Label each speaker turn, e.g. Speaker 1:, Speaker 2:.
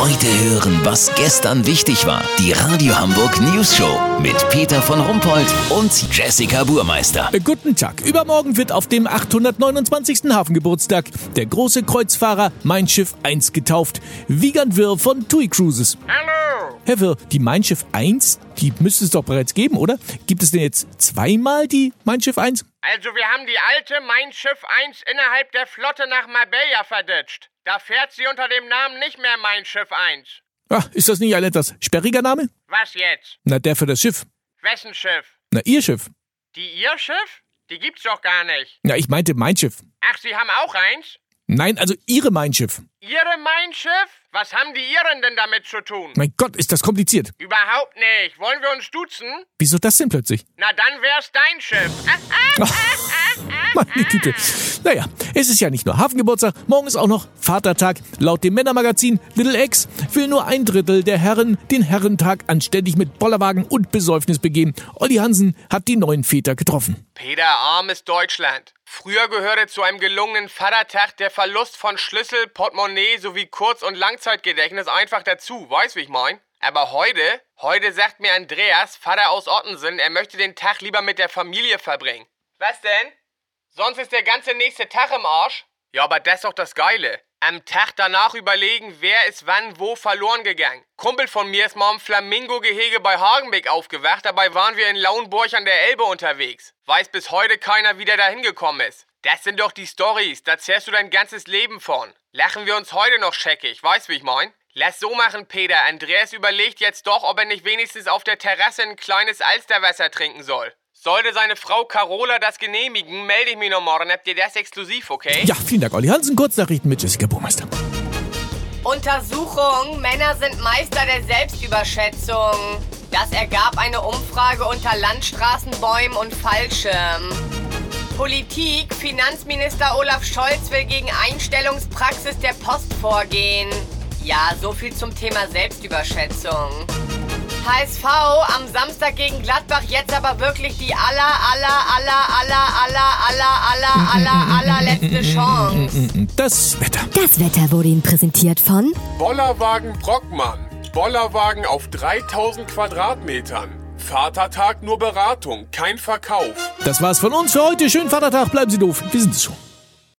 Speaker 1: Heute hören, was gestern wichtig war. Die Radio Hamburg News Show mit Peter von Rumpold und Jessica Burmeister.
Speaker 2: Äh, Guten Tag. Übermorgen wird auf dem 829. Hafengeburtstag der große Kreuzfahrer Mein Schiff 1 getauft. Wiegand Wirr von TUI Cruises.
Speaker 3: Hallo!
Speaker 2: Herr Wirr, die Mein Schiff 1, die müsste es doch bereits geben, oder? Gibt es denn jetzt zweimal die Mein Schiff 1?
Speaker 3: Also, wir haben die alte Mein Schiff 1 innerhalb der Flotte nach Marbella verditscht. Da fährt sie unter dem Namen nicht mehr Mein Schiff 1.
Speaker 2: Ah, ist das nicht ein etwas sperriger Name?
Speaker 3: Was jetzt?
Speaker 2: Na, der für das Schiff.
Speaker 3: Wessen Schiff?
Speaker 2: Na, Ihr Schiff.
Speaker 3: Die Ihr Schiff? Die gibt's doch gar nicht.
Speaker 2: Na, ich meinte mein Schiff.
Speaker 3: Ach, Sie haben auch eins?
Speaker 2: Nein, also Ihre Mein Schiff.
Speaker 3: Ihre Mein Schiff? Was haben die Iren denn damit zu tun?
Speaker 2: Mein Gott, ist das kompliziert.
Speaker 3: Überhaupt nicht. Wollen wir uns duzen?
Speaker 2: Wieso das denn plötzlich?
Speaker 3: Na, dann wär's dein Schiff. Ah, ah,
Speaker 2: Meine Güte. Naja, es ist ja nicht nur Hafengeburtstag, morgen ist auch noch Vatertag. Laut dem Männermagazin Little X will nur ein Drittel der Herren den Herrentag anständig mit Bollerwagen und Besäufnis begehen. Olli Hansen hat die neuen Väter getroffen.
Speaker 3: Peter, armes Deutschland. Früher gehörte zu einem gelungenen Vatertag der Verlust von Schlüssel, Portemonnaie sowie Kurz- und Langzeitgedächtnis einfach dazu. Weißt, wie ich mein? Aber heute, heute sagt mir Andreas, Vater aus Ottensen, er möchte den Tag lieber mit der Familie verbringen. Was denn? Sonst ist der ganze nächste Tag im Arsch. Ja, aber das ist doch das Geile. Am Tag danach überlegen, wer ist wann wo verloren gegangen. Kumpel von mir ist mal im Flamingo-Gehege bei Hagenbeck aufgewacht, dabei waren wir in Lauenburg an der Elbe unterwegs. Weiß bis heute keiner, wie der da hingekommen ist. Das sind doch die Stories, da zehrst du dein ganzes Leben von. Lachen wir uns heute noch scheckig, weißt wie ich mein? Lass so machen, Peter. Andreas überlegt jetzt doch, ob er nicht wenigstens auf der Terrasse ein kleines Alsterwasser trinken soll. Sollte seine Frau Carola das genehmigen, melde ich mich noch morgen. Habt ihr das exklusiv, okay?
Speaker 2: Ja, vielen Dank, Olli Hansen. Kurznachrichten mit Jessica Burmeister.
Speaker 4: Untersuchung, Männer sind Meister der Selbstüberschätzung. Das ergab eine Umfrage unter Landstraßenbäumen und Fallschirm. Politik, Finanzminister Olaf Scholz will gegen Einstellungspraxis der Post vorgehen. Ja, so viel zum Thema Selbstüberschätzung. HSV am Samstag gegen Gladbach jetzt aber wirklich die aller aller aller aller aller aller aller aller allerletzte Chance.
Speaker 2: Das Wetter.
Speaker 5: Das Wetter wurde Ihnen präsentiert von
Speaker 6: Bollerwagen Brockmann. Bollerwagen auf 3000 Quadratmetern. Vatertag nur Beratung, kein Verkauf.
Speaker 2: Das war's von uns für heute. Schönen Vatertag. Bleiben Sie doof. Wir sind es schon.